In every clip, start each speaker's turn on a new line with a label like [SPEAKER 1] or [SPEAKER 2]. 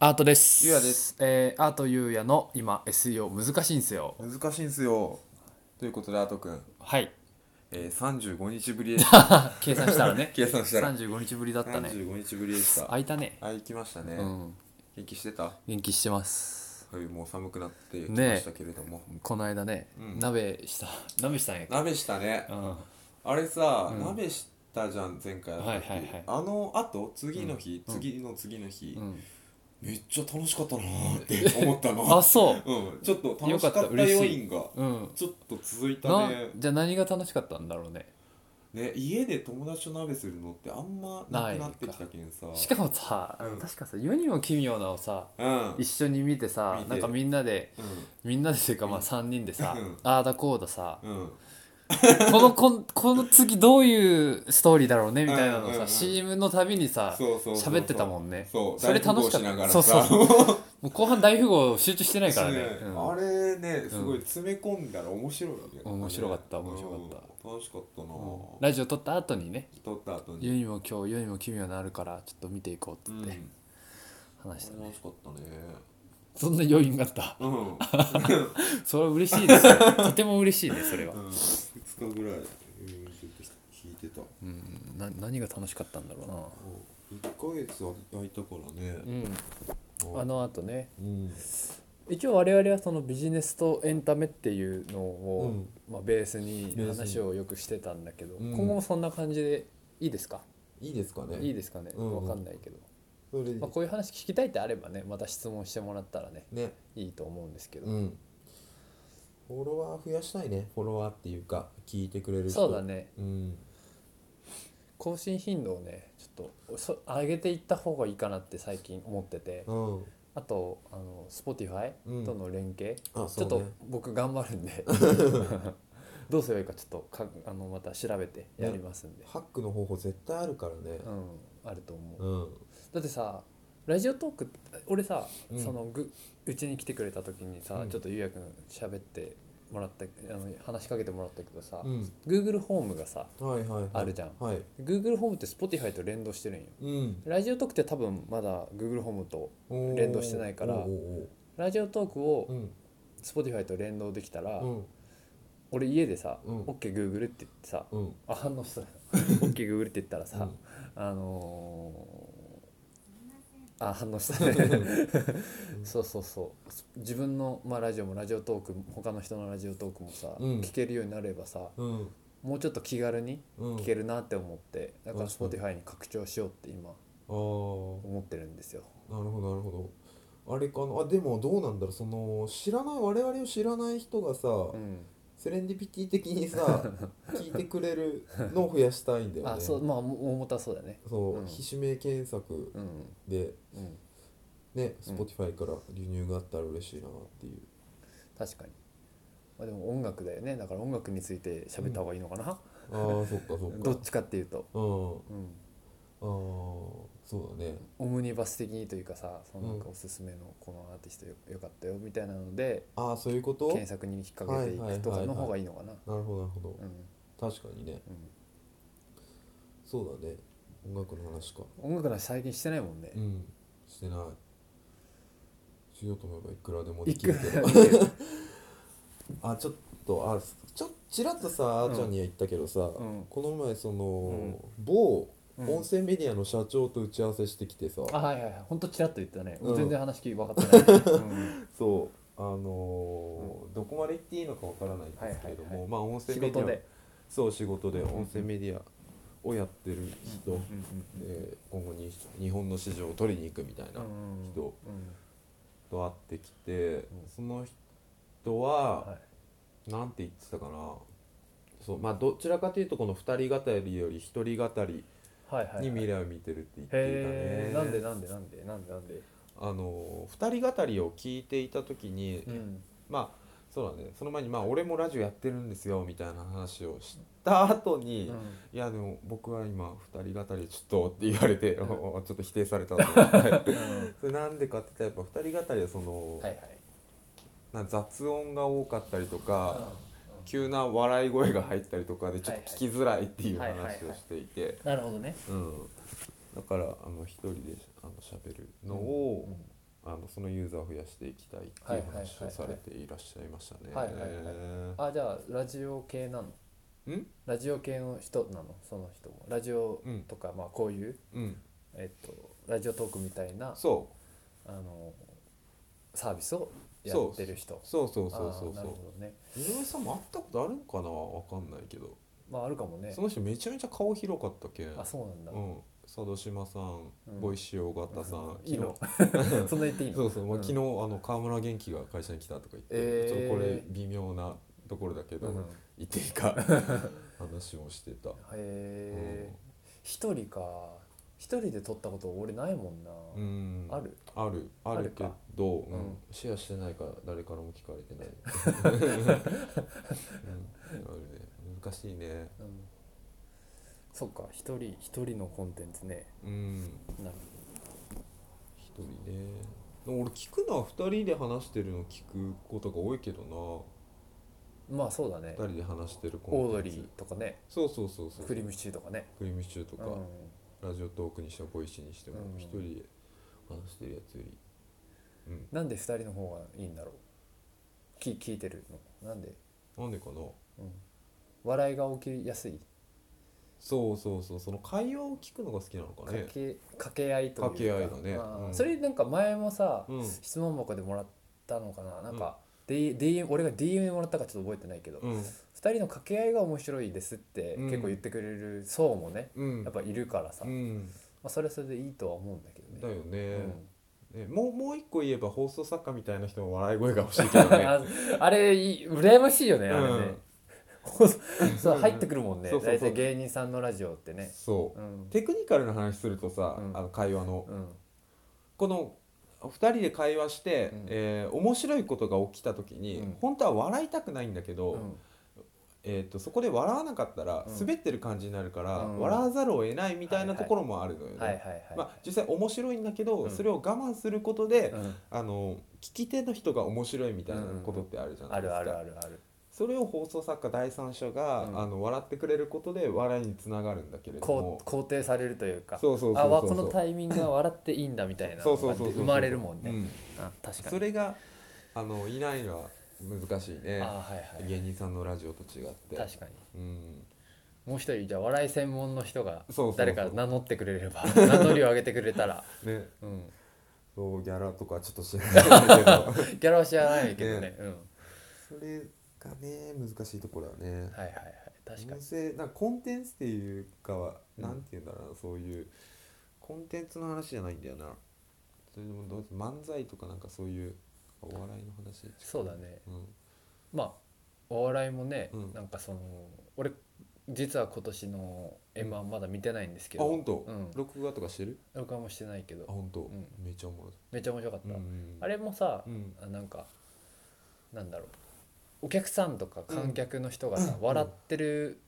[SPEAKER 1] アートです。
[SPEAKER 2] ゆうやで。す、えー、アートゆうやの今 SEO 難しいんすよ
[SPEAKER 3] 難しいんすよということでアートくん、
[SPEAKER 2] はい
[SPEAKER 3] えー、35日ぶりで
[SPEAKER 2] 計算したらね
[SPEAKER 3] 計算したら
[SPEAKER 2] 35日ぶりだったね
[SPEAKER 3] 35日ぶりでした
[SPEAKER 2] 空いたね
[SPEAKER 3] あ行きましたね、
[SPEAKER 2] うん
[SPEAKER 3] 元気してたは
[SPEAKER 2] 元気してます
[SPEAKER 3] いもう寒くなってきま
[SPEAKER 2] ねえ
[SPEAKER 3] したけれども、
[SPEAKER 2] この間ね、
[SPEAKER 3] うん
[SPEAKER 2] 鍋した鍋したんやけ
[SPEAKER 3] 鍋したね
[SPEAKER 2] どうん
[SPEAKER 3] あれさ、
[SPEAKER 2] うん
[SPEAKER 3] 鍋したじゃん前回やった時、
[SPEAKER 2] はいはいはい
[SPEAKER 3] あのあと次の日、
[SPEAKER 2] うん
[SPEAKER 3] 次の次の日、
[SPEAKER 2] うん、
[SPEAKER 3] めっちゃ楽しかったなーって思ったの
[SPEAKER 2] あそう
[SPEAKER 3] うんちょっと
[SPEAKER 2] よか
[SPEAKER 3] 楽し
[SPEAKER 2] った
[SPEAKER 3] かった
[SPEAKER 2] 嬉しい
[SPEAKER 3] 要因が
[SPEAKER 2] うん
[SPEAKER 3] ちょっと続いた
[SPEAKER 2] な
[SPEAKER 3] ね
[SPEAKER 2] じゃあ何が楽しかったんだろうね
[SPEAKER 3] ね家で友達と鍋するのってあんまなくなってきたけんさ
[SPEAKER 2] しかもさ、
[SPEAKER 3] うん
[SPEAKER 2] 確かさ世にも奇妙なをさ
[SPEAKER 3] うん
[SPEAKER 2] 一緒に見てさ
[SPEAKER 3] 見て
[SPEAKER 2] なんかみんなで
[SPEAKER 3] う
[SPEAKER 2] みんなでっていうかまあ3人でさ、
[SPEAKER 3] うん
[SPEAKER 2] ああだこうださ、
[SPEAKER 3] んうん
[SPEAKER 2] このこんこの次どういうストーリーだろうねみたいなのをさ、
[SPEAKER 3] うんうんうん
[SPEAKER 2] CM のたびにさ
[SPEAKER 3] そうそうそう
[SPEAKER 2] 喋ってたもんね
[SPEAKER 3] そう
[SPEAKER 2] それ楽しかっ
[SPEAKER 3] 大富豪なが
[SPEAKER 2] たそ
[SPEAKER 3] らさ
[SPEAKER 2] うそうそう もう後半大富豪集中してないからね
[SPEAKER 3] ね
[SPEAKER 2] うん
[SPEAKER 3] あれねすごい詰め込んだら面白いよね
[SPEAKER 2] 面白かった面白かった
[SPEAKER 3] た楽しかったな
[SPEAKER 2] うんラジオ撮った後にね
[SPEAKER 3] 撮った後
[SPEAKER 2] 「
[SPEAKER 3] に
[SPEAKER 2] 世にも今日世にも奇妙なのあるからちょっと見ていこう」
[SPEAKER 3] う
[SPEAKER 2] っ
[SPEAKER 3] ん
[SPEAKER 2] つっ
[SPEAKER 3] 楽
[SPEAKER 2] て話したね、
[SPEAKER 3] しかったね
[SPEAKER 2] そんな余韻があった
[SPEAKER 3] うん
[SPEAKER 2] それは嬉しいです よとても嬉しいねそれは、
[SPEAKER 3] うん2日ぐらいうんちょっと弾いてた
[SPEAKER 2] うん、な何が楽しかったんだろうな
[SPEAKER 3] 1ヶ月空いたから
[SPEAKER 2] う
[SPEAKER 3] ね
[SPEAKER 2] んあのあとね
[SPEAKER 3] うん
[SPEAKER 2] 一応我々はそのビジネスとエンタメっていうのを、まあ、ベースに
[SPEAKER 3] ベースに
[SPEAKER 2] 話をよくしてたんだけど、
[SPEAKER 3] うん
[SPEAKER 2] 今後もそんな感じでいいですか、
[SPEAKER 3] いいですかね
[SPEAKER 2] いいですかね、
[SPEAKER 3] うん
[SPEAKER 2] わかんないけど、
[SPEAKER 3] それで
[SPEAKER 2] まあ、こういう話聞きたいってあればねまた質問してもらったらね
[SPEAKER 3] ね
[SPEAKER 2] いいと思うんですけど、
[SPEAKER 3] んフォロワー増やしたいねフォロワーっていうか聞いてくれる
[SPEAKER 2] そうだね
[SPEAKER 3] うん
[SPEAKER 2] 更新頻度をねちょっとそ上げていった方がいいかなって最近思ってて、
[SPEAKER 3] うん
[SPEAKER 2] あとあの Spotify
[SPEAKER 3] うん
[SPEAKER 2] との連携、
[SPEAKER 3] あ
[SPEAKER 2] ちょっ
[SPEAKER 3] そう
[SPEAKER 2] と
[SPEAKER 3] ね
[SPEAKER 2] 僕頑張るん で どうすればいいかちょっとかあのまた調べてやりますんで、
[SPEAKER 3] ハックの方法絶対あるからね
[SPEAKER 2] うん、あると思う、
[SPEAKER 3] うん
[SPEAKER 2] だってさラジオトーク俺さ、
[SPEAKER 3] うん
[SPEAKER 2] そのぐうちに来てくれた時にさ、
[SPEAKER 3] うん
[SPEAKER 2] ちょっとゆうやくん喋ってもらってあの話しかけてもらったけどさ、
[SPEAKER 3] うん
[SPEAKER 2] Google ホームがさ
[SPEAKER 3] はいはいはい
[SPEAKER 2] あるじゃん
[SPEAKER 3] はい
[SPEAKER 2] Google ホームって Spotify と連動してるんよ
[SPEAKER 3] うん
[SPEAKER 2] ラジオトークって多分まだ Google ホームと
[SPEAKER 3] おー
[SPEAKER 2] 連動してないから
[SPEAKER 3] おーおー
[SPEAKER 2] ラジオトーク
[SPEAKER 3] おーう
[SPEAKER 2] を
[SPEAKER 3] ん
[SPEAKER 2] Spotify と連動できたら、
[SPEAKER 3] うん
[SPEAKER 2] 俺家でさ「
[SPEAKER 3] うん
[SPEAKER 2] OKGoogle」って言ってさ
[SPEAKER 3] うん
[SPEAKER 2] あ反応 した OKGoogle って言ったらさ、
[SPEAKER 3] うん
[SPEAKER 2] あのーあ反応したねそうそうそう自分の、まあ、ラジオもラジオトークも他の人のラジオトークもさ、
[SPEAKER 3] うん
[SPEAKER 2] 聞けるようになればさ
[SPEAKER 3] うん
[SPEAKER 2] もうちょっと気軽に
[SPEAKER 3] うん
[SPEAKER 2] 聞けるなって思って、だから
[SPEAKER 3] 確
[SPEAKER 2] Spotify に拡張しようって今
[SPEAKER 3] あー
[SPEAKER 2] 思ってるんですよ
[SPEAKER 3] なるほどなるほどあれかなあでもどうなんだろうその知らない我々を知らない人がさ、
[SPEAKER 2] うん
[SPEAKER 3] セレンディピティ的に さ聞いてくれるのを増やしたいんだよね
[SPEAKER 2] あそうまあも重たそうだね
[SPEAKER 3] そう、
[SPEAKER 2] うん
[SPEAKER 3] ひしめ検索
[SPEAKER 2] うん
[SPEAKER 3] で
[SPEAKER 2] うん
[SPEAKER 3] ね
[SPEAKER 2] うん
[SPEAKER 3] Spotify から輸入があったら嬉しいなっていう
[SPEAKER 2] 確かに、まあ、でも音楽だよねだから音楽について喋った方がいいのかな、
[SPEAKER 3] あーそっかそっか
[SPEAKER 2] どっちかっていうと、
[SPEAKER 3] うん
[SPEAKER 2] うん、
[SPEAKER 3] ああそうだね
[SPEAKER 2] オムニバス的にというかさそのなんか
[SPEAKER 3] うん
[SPEAKER 2] おすすめのこのアーティストよよかったよみたいなので
[SPEAKER 3] ああそういうことな
[SPEAKER 2] 検
[SPEAKER 3] る
[SPEAKER 2] 索に引っ掛けていくとかの方がいいのかな
[SPEAKER 3] ほどなるほど
[SPEAKER 2] う、ん
[SPEAKER 3] 確かにねそうだね音楽の話か
[SPEAKER 2] うん音楽の話最近してないもんね
[SPEAKER 3] うんしてないしようと思えばいくらでもで
[SPEAKER 2] い
[SPEAKER 3] き
[SPEAKER 2] く
[SPEAKER 3] る
[SPEAKER 2] ら
[SPEAKER 3] け
[SPEAKER 2] で
[SPEAKER 3] ど
[SPEAKER 2] もできる
[SPEAKER 3] あちょっとあちょっちらっとさあーちゃんには言ったけどさ、
[SPEAKER 2] ん
[SPEAKER 3] この前その、
[SPEAKER 2] う
[SPEAKER 3] 某
[SPEAKER 2] うん
[SPEAKER 3] 音声メディアの社長と打ち合わせしてきてさ、
[SPEAKER 2] あはいはいはいほんとちらっと言ったね、
[SPEAKER 3] うん
[SPEAKER 2] 全然話聞いて分かってない、 うん
[SPEAKER 3] そうあのーどこまで言っていいのかわからないんですけども、
[SPEAKER 2] はいはいはい
[SPEAKER 3] まあ音声
[SPEAKER 2] 仕
[SPEAKER 3] メディア
[SPEAKER 2] 事で、
[SPEAKER 3] そう仕事で音声メディアをやってる人、
[SPEAKER 2] うん
[SPEAKER 3] で今後に日本の市場を取りに行くみたいな
[SPEAKER 2] うんうん、
[SPEAKER 3] 人
[SPEAKER 2] うん
[SPEAKER 3] と会ってきて、
[SPEAKER 2] ん
[SPEAKER 3] その人は、
[SPEAKER 2] はい
[SPEAKER 3] なんて言ってたかなそうまあどちらかというとこの2人語りより1人語り
[SPEAKER 2] はいはいはい
[SPEAKER 3] に未
[SPEAKER 2] へ
[SPEAKER 3] 来を見てるって言っていたね、
[SPEAKER 2] えなんでなんでなんでなんでなんで
[SPEAKER 3] あの2人語りを聞いていた時に、
[SPEAKER 2] うん
[SPEAKER 3] まあそうだねその前に「まあ俺もラジオやってるんですよ」みたいな話をした後に「いやでも僕は今2人語りちょっと」って言われて、
[SPEAKER 2] うん
[SPEAKER 3] ちょっと否定されたんで
[SPEAKER 2] うん
[SPEAKER 3] それなんでかって言ったらやっぱ2人語りはその、
[SPEAKER 2] はいはい
[SPEAKER 3] な雑音が多かったりとか。
[SPEAKER 2] う
[SPEAKER 3] 急な笑い声が入ったりとかでちょっと聞きづらいっていう
[SPEAKER 2] はいはい
[SPEAKER 3] 話をしていて
[SPEAKER 2] んなるほどね
[SPEAKER 3] うんだからあの一人であの喋るのを、
[SPEAKER 2] うん
[SPEAKER 3] あのそのユーザーを増やしていきたいっていう話をされていらっしゃいましたね。
[SPEAKER 2] はいはいはいあじゃあラジオ系なの
[SPEAKER 3] ん
[SPEAKER 2] ラジオ系の人なのその人もラジオとか、まあこういう、
[SPEAKER 3] うん、
[SPEAKER 2] えっと、ラジオトークみたいな
[SPEAKER 3] そ
[SPEAKER 2] あのサービスをやってる人
[SPEAKER 3] うそうそう
[SPEAKER 2] あ
[SPEAKER 3] そうそう
[SPEAKER 2] ーなる
[SPEAKER 3] そ
[SPEAKER 2] ほどね
[SPEAKER 3] う。井上さんも会ったことあるんかなわかんないけど、
[SPEAKER 2] まああるかもね
[SPEAKER 3] その人めちゃめちゃ顔広かったけん。
[SPEAKER 2] あそうなんだ、
[SPEAKER 3] うん、佐渡島さん、
[SPEAKER 2] うん
[SPEAKER 3] ボイシー尾形さん、
[SPEAKER 2] い いの
[SPEAKER 3] 昨
[SPEAKER 2] そんな言っていい
[SPEAKER 3] 日
[SPEAKER 2] の
[SPEAKER 3] そうそう、まあ
[SPEAKER 2] ん
[SPEAKER 3] 昨日あの川村元気が会社に来たとか言って、
[SPEAKER 2] えー
[SPEAKER 3] ちょっとこれ微妙なところだけど、
[SPEAKER 2] うん
[SPEAKER 3] 言ってい いか話をしてた。
[SPEAKER 2] へえ一人か一人で撮ったこと俺ないもんな、
[SPEAKER 3] うん、
[SPEAKER 2] ある
[SPEAKER 3] あるあ
[SPEAKER 2] ある
[SPEAKER 3] るけ
[SPEAKER 2] か
[SPEAKER 3] ど、うん
[SPEAKER 2] うん
[SPEAKER 3] シェアしてないから誰からも聞かれてない、 うん、あるね難しいね
[SPEAKER 2] うんそっか一人一人のコンテンツね
[SPEAKER 3] うん
[SPEAKER 2] なる
[SPEAKER 3] 一人ねでも俺聞くのは2人で話してるの聞くことが多いけど
[SPEAKER 2] まあそうだね
[SPEAKER 3] な2人で話してる
[SPEAKER 2] オー
[SPEAKER 3] コ
[SPEAKER 2] ド
[SPEAKER 3] ン
[SPEAKER 2] リ
[SPEAKER 3] テンツ
[SPEAKER 2] ーとかね
[SPEAKER 3] そうそうそうそう
[SPEAKER 2] クリームシチューとかね
[SPEAKER 3] クリームシチューとか、
[SPEAKER 2] う
[SPEAKER 3] ラジオトークにしてもボイシーにしても
[SPEAKER 2] うん
[SPEAKER 3] 1人で話してるやつよりうん
[SPEAKER 2] ん、なんで二人の方がいいんだろうき聞いてるのなんで、
[SPEAKER 3] なんでかな
[SPEAKER 2] うん、笑いが起きやすい
[SPEAKER 3] そうそうそうその会話を聞くのが好きなのかね
[SPEAKER 2] 掛け掛け合いというか
[SPEAKER 3] 掛け合いだね
[SPEAKER 2] あー
[SPEAKER 3] うん
[SPEAKER 2] それなんか前もさ、
[SPEAKER 3] うん
[SPEAKER 2] 質問箱でもらったのかななんか、D DM 俺が DM でもらったかちょっと覚えてないけど、
[SPEAKER 3] うん
[SPEAKER 2] 2人の掛け合いが面白いですって
[SPEAKER 3] うん
[SPEAKER 2] 結構言ってくれる層もね、
[SPEAKER 3] うん
[SPEAKER 2] やっぱいるからさ、
[SPEAKER 3] う
[SPEAKER 2] ま
[SPEAKER 3] ん
[SPEAKER 2] あ、それはそれでいいとは思うんだけどね。
[SPEAKER 3] だよ
[SPEAKER 2] う
[SPEAKER 3] ね、
[SPEAKER 2] ん
[SPEAKER 3] ねもうもう一個言えば放送作家みたいな人の笑い声が欲しいけどね
[SPEAKER 2] ああれいい羨ましいよねあれね、 そう
[SPEAKER 3] うん
[SPEAKER 2] 入ってくるもんね
[SPEAKER 3] そうそうそう
[SPEAKER 2] 大体芸人さんのラジオってね
[SPEAKER 3] そう、
[SPEAKER 2] うん、
[SPEAKER 3] テクニカルな話するとさ、
[SPEAKER 2] うん
[SPEAKER 3] あの会話の、
[SPEAKER 2] うん、
[SPEAKER 3] この2人で会話して、
[SPEAKER 2] うん
[SPEAKER 3] えー面白いことが起きた時に、
[SPEAKER 2] うん
[SPEAKER 3] 本当は笑いたくないんだけど、
[SPEAKER 2] うん
[SPEAKER 3] えー、とそこで笑わなかったら、
[SPEAKER 2] うん
[SPEAKER 3] 滑ってる感じになるから、
[SPEAKER 2] うん
[SPEAKER 3] 笑わざるを得ないみたい
[SPEAKER 2] はい
[SPEAKER 3] な
[SPEAKER 2] は
[SPEAKER 3] と
[SPEAKER 2] い
[SPEAKER 3] ころもあるのよね。
[SPEAKER 2] はいはいはい、
[SPEAKER 3] まあ、実際面白いんだけど、
[SPEAKER 2] うん
[SPEAKER 3] それを我慢することで、
[SPEAKER 2] うん
[SPEAKER 3] あの聞き手の人が面白いみたいなことってあるじゃな
[SPEAKER 2] あ
[SPEAKER 3] いです
[SPEAKER 2] る
[SPEAKER 3] か。
[SPEAKER 2] あるあるある
[SPEAKER 3] それを放送作家第三者が、
[SPEAKER 2] うん
[SPEAKER 3] あの笑ってくれることで笑いにつながるんだけれど
[SPEAKER 2] こ
[SPEAKER 3] も
[SPEAKER 2] う肯定されるというか
[SPEAKER 3] そうそうそうそう
[SPEAKER 2] あわこのタイミングは笑っていいんだみたいな
[SPEAKER 3] そうそうそうそう
[SPEAKER 2] 生まれるもんね、
[SPEAKER 3] うん
[SPEAKER 2] あ確かに
[SPEAKER 3] それがあのいないのは難しいね
[SPEAKER 2] あはいはい
[SPEAKER 3] 芸人さんのラジオと違って
[SPEAKER 2] 確かに
[SPEAKER 3] うん、
[SPEAKER 2] もう一人じゃあ笑い専門の人が
[SPEAKER 3] そうそうそう
[SPEAKER 2] 誰か名乗ってくれれば 名乗りを上げてくれたら、
[SPEAKER 3] ね
[SPEAKER 2] うん、
[SPEAKER 3] そうギャラとかちょっと知らないんだけ ど
[SPEAKER 2] ギャラは知らないけどね
[SPEAKER 3] ね
[SPEAKER 2] うん、
[SPEAKER 3] それがね難しいところだ
[SPEAKER 2] はい
[SPEAKER 3] ね
[SPEAKER 2] はいはい確かに
[SPEAKER 3] 音声なんかコンテンツっていうかは、
[SPEAKER 2] うん
[SPEAKER 3] なんて言うんだろうなそういうコンテンツの話じゃないんだよなそれでもどうせ漫才とかなんかそういうお笑いの話に近い
[SPEAKER 2] そうだね
[SPEAKER 3] うん
[SPEAKER 2] まあお笑いもね、
[SPEAKER 3] うん
[SPEAKER 2] なんかその俺実は今年の m 1まだ見てないんですけ
[SPEAKER 3] あ
[SPEAKER 2] ど、
[SPEAKER 3] 本当、
[SPEAKER 2] うん
[SPEAKER 3] 録画とかしてる
[SPEAKER 2] 録画もしてないけ
[SPEAKER 3] あ
[SPEAKER 2] ど
[SPEAKER 3] 本当、
[SPEAKER 2] ん
[SPEAKER 3] めっちゃおもろい、
[SPEAKER 2] めっちゃ面白かった、
[SPEAKER 3] ん
[SPEAKER 2] あれもさ
[SPEAKER 3] う、ん
[SPEAKER 2] あなんかなんだろうお客さんとか観客の人がさ、笑ってる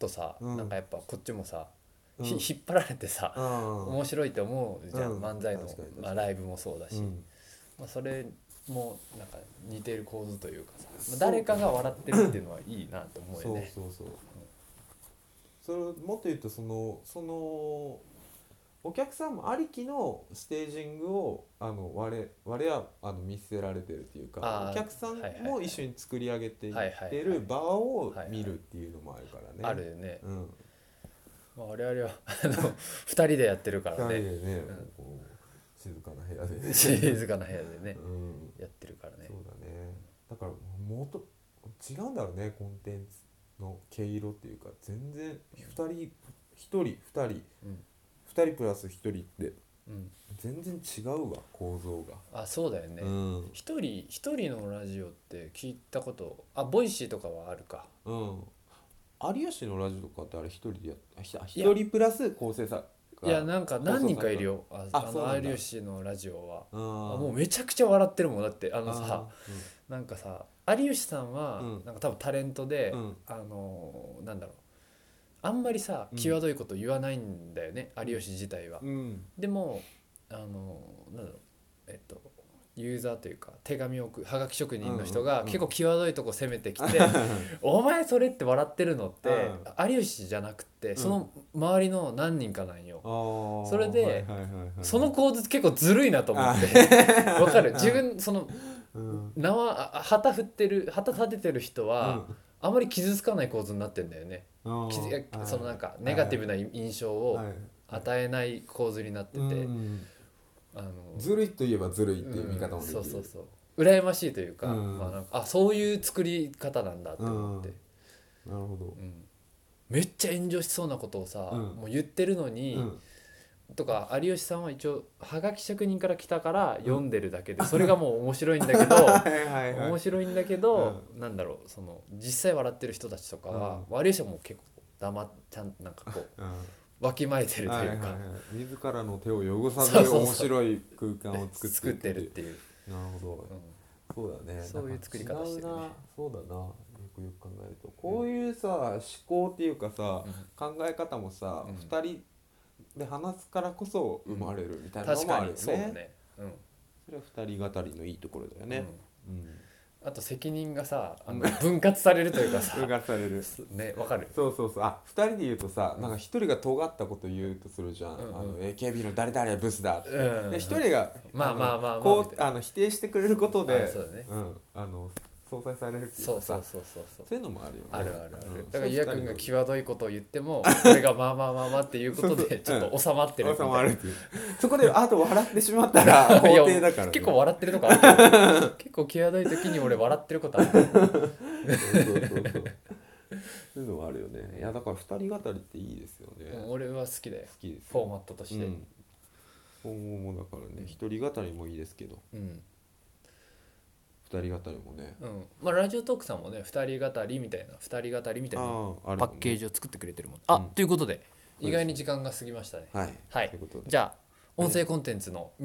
[SPEAKER 2] とさ、
[SPEAKER 3] うん
[SPEAKER 2] なんかやっぱこっちもさ、
[SPEAKER 3] うん
[SPEAKER 2] ひ引っ張られてさ、
[SPEAKER 3] あ
[SPEAKER 2] 面白いって思うじゃん、
[SPEAKER 3] うん
[SPEAKER 2] 漫才の
[SPEAKER 3] 確かに確か、に
[SPEAKER 2] まあ、ライブもそうだ
[SPEAKER 3] あ
[SPEAKER 2] し、
[SPEAKER 3] うん
[SPEAKER 2] まあ、それもなんか似てる構図というかさ、ま
[SPEAKER 3] そ
[SPEAKER 2] あ、
[SPEAKER 3] う
[SPEAKER 2] 誰かが笑ってるっていうのはいいなと思う
[SPEAKER 3] そ
[SPEAKER 2] よ
[SPEAKER 3] う
[SPEAKER 2] ね。
[SPEAKER 3] そうそうそれをもっと言うとそのそのお客さんもありきのステージングをあの我我々はあの見せられてるっていう
[SPEAKER 2] あ
[SPEAKER 3] か
[SPEAKER 2] ー
[SPEAKER 3] お客さん
[SPEAKER 2] はいはいは
[SPEAKER 3] も
[SPEAKER 2] い
[SPEAKER 3] 一緒に作り上げていっ
[SPEAKER 2] はいはい
[SPEAKER 3] て
[SPEAKER 2] はい
[SPEAKER 3] る場を
[SPEAKER 2] はいはい
[SPEAKER 3] 見るっていうのもあるからね。
[SPEAKER 2] あるよね、
[SPEAKER 3] うん
[SPEAKER 2] まあ、我々はあの2人でやってるか
[SPEAKER 3] 二人
[SPEAKER 2] ら
[SPEAKER 3] で
[SPEAKER 2] ね
[SPEAKER 3] ね
[SPEAKER 2] うん
[SPEAKER 3] こう静かな部 屋で。
[SPEAKER 2] 静かな部屋でね
[SPEAKER 3] うん
[SPEAKER 2] やってるからね
[SPEAKER 3] そうだねだからもっと違うんだろうねコンテンツの毛色っていうか全然2人1人2人2
[SPEAKER 2] うん、
[SPEAKER 3] 人プラス1人って
[SPEAKER 2] うん、
[SPEAKER 3] 全然違うわ構造が、
[SPEAKER 2] あそうだよね、
[SPEAKER 3] うん
[SPEAKER 2] 一人一人のラジオって聞いたことあボイシーとかはあるか
[SPEAKER 3] うん有吉のラジオとかってあれ1人でやっあひ
[SPEAKER 2] いや
[SPEAKER 3] 一人プラス構成作
[SPEAKER 2] いやなんか何人かいる
[SPEAKER 3] よ
[SPEAKER 2] よあ
[SPEAKER 3] あ
[SPEAKER 2] あ
[SPEAKER 3] そうなん
[SPEAKER 2] の
[SPEAKER 3] だ
[SPEAKER 2] 有吉のラジオは
[SPEAKER 3] あ
[SPEAKER 2] あ
[SPEAKER 3] も
[SPEAKER 2] もうめちゃくちゃ笑ってるもんだってあ
[SPEAKER 3] あ
[SPEAKER 2] のさ
[SPEAKER 3] ー
[SPEAKER 2] なんかさ有吉さんは
[SPEAKER 3] うん
[SPEAKER 2] なんか多分タレントで、
[SPEAKER 3] うん
[SPEAKER 2] あのなんだろうあんまりさ
[SPEAKER 3] うん
[SPEAKER 2] 際どいこと言わないんだよね、有吉自体は
[SPEAKER 3] う。んうん
[SPEAKER 2] でもあのなんだろうえっとユーザーというか手紙を送るはがき職人の人
[SPEAKER 3] うんうんう
[SPEAKER 2] が
[SPEAKER 3] ん
[SPEAKER 2] 結構際どいとこ攻めてきて、 お前それって笑ってるのって、有吉じゃなくてその周りの何人かなんよ、
[SPEAKER 3] そ
[SPEAKER 2] それでその構図結構ずるいなと思
[SPEAKER 3] あ
[SPEAKER 2] って わかる自分その
[SPEAKER 3] うん
[SPEAKER 2] 縄あ旗振ってる旗立ててる人は、
[SPEAKER 3] うん
[SPEAKER 2] あまり傷つかない構図になってんだよね
[SPEAKER 3] あー
[SPEAKER 2] 傷
[SPEAKER 3] はい
[SPEAKER 2] そのなんかネガティブな印象を
[SPEAKER 3] はい
[SPEAKER 2] 与えない構図になってて、
[SPEAKER 3] うん
[SPEAKER 2] あの
[SPEAKER 3] ずるいといえばずるいっていう見方も
[SPEAKER 2] ん
[SPEAKER 3] できる、
[SPEAKER 2] そうそうそう羨ましいというか,、
[SPEAKER 3] うん
[SPEAKER 2] まあ、なんかあそういう作り方なんだと思って、
[SPEAKER 3] なるほど
[SPEAKER 2] うん、めっちゃ炎上しそうなことをさ、
[SPEAKER 3] うん
[SPEAKER 2] もう言ってるのに、
[SPEAKER 3] うん
[SPEAKER 2] とか有吉さんは一応はがき職人から来たから読んでるだけで、それがもう面白いんだけど
[SPEAKER 3] はいはいはい
[SPEAKER 2] 面白いんだけど、なんだろうその実際笑ってる人たちとかは、悪い人も結構黙っちゃんなんかこう
[SPEAKER 3] うん
[SPEAKER 2] わきまえてると
[SPEAKER 3] はいいうは
[SPEAKER 2] か、
[SPEAKER 3] いはい、自らの手を汚
[SPEAKER 2] そ
[SPEAKER 3] さ
[SPEAKER 2] う
[SPEAKER 3] ず
[SPEAKER 2] そうそう
[SPEAKER 3] 面白い空間を作っていく
[SPEAKER 2] 作ってるっていう、
[SPEAKER 3] なるほど
[SPEAKER 2] うん
[SPEAKER 3] そうだね
[SPEAKER 2] そういう作り方してるね
[SPEAKER 3] なんか違うなそうだなよくよく考えるとこういうさ、思考っていうかさ、考え方もさ、
[SPEAKER 2] うん
[SPEAKER 3] 二人で話すからこそ生まれるみたいなの
[SPEAKER 2] 確
[SPEAKER 3] もあ
[SPEAKER 2] か
[SPEAKER 3] るよ
[SPEAKER 2] に
[SPEAKER 3] ね
[SPEAKER 2] そうだね、うん
[SPEAKER 3] それは二人語りのいいところだよねうん
[SPEAKER 2] あと責任がさあの分割されるというか さ
[SPEAKER 3] うがされる
[SPEAKER 2] ねわかる
[SPEAKER 3] そうそうそうあ二人で言うとさなんか一人が尖ったこと言うとするじゃん、
[SPEAKER 2] うんうん
[SPEAKER 3] あの AKB の誰々ブスだって
[SPEAKER 2] うん
[SPEAKER 3] で一人が
[SPEAKER 2] まあ
[SPEAKER 3] の
[SPEAKER 2] まあまあまあ
[SPEAKER 3] こ
[SPEAKER 2] み
[SPEAKER 3] う
[SPEAKER 2] たい
[SPEAKER 3] あの否定してくれることで
[SPEAKER 2] あそうだね
[SPEAKER 3] んあの相殺されるっていう
[SPEAKER 2] そ
[SPEAKER 3] か
[SPEAKER 2] うそう
[SPEAKER 3] さ
[SPEAKER 2] そうそうそう
[SPEAKER 3] そういうのもあるよね
[SPEAKER 2] あるあるある、
[SPEAKER 3] うん
[SPEAKER 2] だからゆやくんが
[SPEAKER 3] そう
[SPEAKER 2] 際どいことを言ってもそれがまあまあまあまあっていうことでち
[SPEAKER 3] そう
[SPEAKER 2] ょ
[SPEAKER 3] そう
[SPEAKER 2] っと収まってるみたいな
[SPEAKER 3] 収まるっていうそこであと笑ってしまったら肯定 だか
[SPEAKER 2] い
[SPEAKER 3] ら、
[SPEAKER 2] や
[SPEAKER 3] ね、
[SPEAKER 2] 結構笑ってるとかあるけど結構際どい時に俺笑ってることある
[SPEAKER 3] そうそうそうそうそういうのもあるよねいやだから二人語りっていいですよね、好
[SPEAKER 2] 俺は好きだよ
[SPEAKER 3] きです
[SPEAKER 2] フォー
[SPEAKER 3] よ
[SPEAKER 2] マットとして、
[SPEAKER 3] うん今後もだからね一人語りもいいですけど
[SPEAKER 2] うん
[SPEAKER 3] 二人語りもね
[SPEAKER 2] うんまあラジオトークさんもね二人語りみたいな二人語りみたいな
[SPEAKER 3] ああある
[SPEAKER 2] パッケージを作ってくれてるもん、あ
[SPEAKER 3] うん
[SPEAKER 2] ということで
[SPEAKER 3] ね
[SPEAKER 2] 意外に時間が過ぎましたね
[SPEAKER 3] はい、
[SPEAKER 2] はい
[SPEAKER 3] ということで
[SPEAKER 2] じゃあ音声コンテンツの未来